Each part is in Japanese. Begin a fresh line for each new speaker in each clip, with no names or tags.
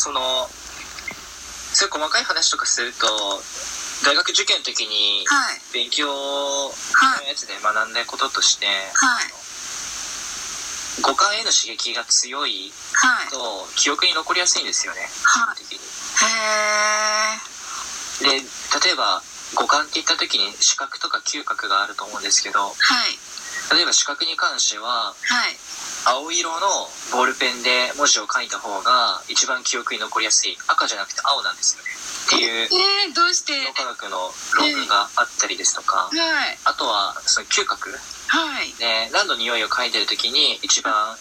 そのそういう細かい話とかすると大学受験の時に
はい
勉強の
はい
やつで学んだこととして
はい
五感への刺激が強い
はい
と記憶に残りやすいんですよね
はい
基本的にで
へえ
例えば五感って言った時に視覚とか嗅覚があると思うんですけど
はい
例えば視覚に関しては
はい
青色のボールペンで文字を書いた方が一番記憶に残りやすい赤じゃなくて青なんですよねっていう
えー、どうして
脳科学の論文があったりですとか
はい
あとはその嗅覚
はい
ね何の匂いを嗅いでる時に一番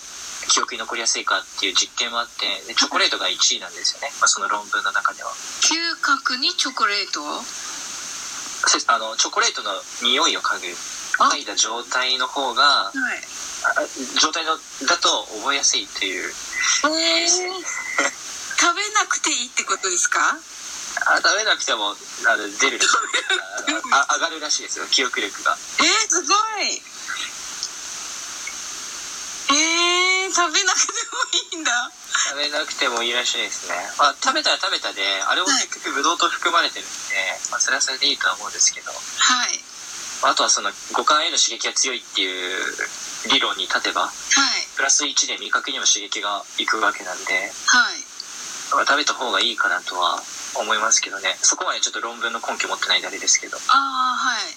記憶に残りやすいかっていう実験もあってでチョコレートが1位なんですよね、まあ、その論文の中では
嗅覚にチョコレートを
そうですあのチョコレートの匂いを嗅ぐ
あ
嗅いだ状態の方が
はい
あ状態のだと覚えやすいっていう
えー、食べなくていいってことですか
あ食べなくてもあの出るああ上がるらしいですよ記憶力が
えー、すごいえー、食べなくてもいいんだ
食べなくてもいいらしいですね、まあ、食べたら食べたであれも結局ブドウと含まれてるんで、まあ、それはそれでいいとは思うんですけど、
はい
まあ、あとはその五感への刺激が強いっていう理論に立てば
はい
プラス1で味覚にも刺激がいくわけなんで、
はい
まあ、食べた方がいいかなとは思いますけどねそこまでちょっと論文の根拠持ってないんであれですけど
ああはい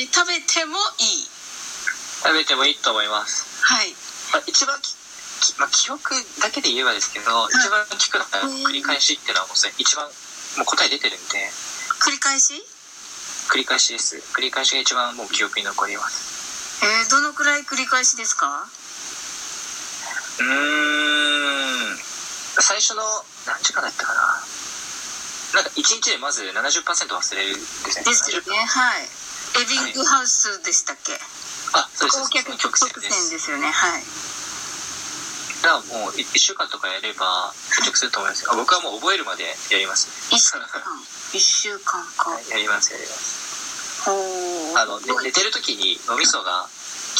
えー、食べてもいい
食べてもいいと思います
はい
まあ、一番ききまあ、記憶だけで言えばですけど、
い
一番聞くのは繰り返しっていうのはもうそれ一番もう答え出てるんで
繰り返し
繰り返しです繰り返しが一番もう記憶に残ります
えー、どのくらい繰り返しですか
うーん最初の何時間だったかななんか1日でまず70%忘れるんですね
ですよねはいエビングハウスでしたっけ
70%あそうです
高脚
曲
曲
線で
線
す
ですよねはい
だからもう1週間とかやれば定着すると思いますあ僕はもう覚えるまでやります
一週間一週間か
はいやりますやります
ほう
あの、ね、寝てる時に脳みそが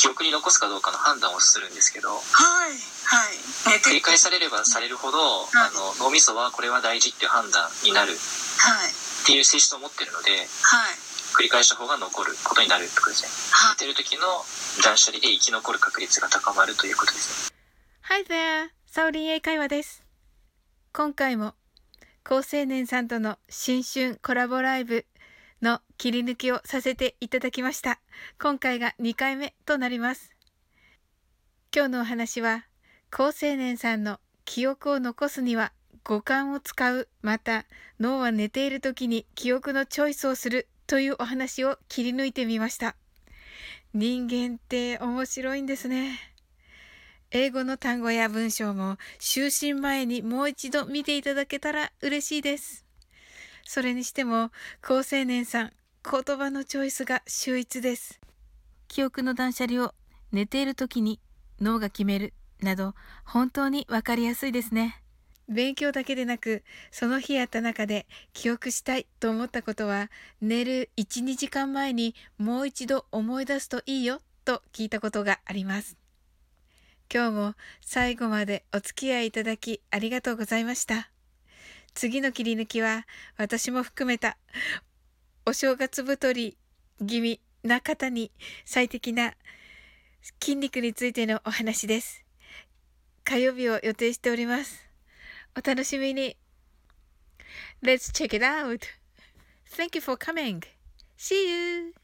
記憶に残すかどうかの判断をするんですけど
はいはい寝
繰
て
り返されればされるほど、あの脳みそはこれは大事っていう判断になるっ
はい
ていう性質を持ってるので
はい
繰り返した方が残ることになるってことですね
は
寝てる時の断捨離で生き残る確率が高まるということですね
Hi there! サオリン英会話です。今回も高青年さんとの新春コラボライブの切り抜きをさせていただきました。今回が2回目となります。今日のお話は高青年さんの記憶を残すには五感を使うまた脳は寝ている時に記憶のチョイスをするというお話を切り抜いてみました。人間って面白いんですね。英語の単語や文章も就寝前にもう一度見ていただけたら嬉しいです。それにしても、高青年さん、言葉のチョイスが秀逸です。記憶の断捨離を寝ている時に脳が決めるなど、本当にわかりやすいですね。勉強だけでなく、その日やった中で記憶したいと思ったことは、寝る1、2時間前にもう一度思い出すといいよと聞いたことがあります。今日も最後までお付き合いいただきありがとうございました。次の切り抜きは私も含めたお正月太り気味な方に最適な筋肉についてのお話です。火曜日を予定しております。お楽しみに !Let's check it out!Thank you for coming!See you!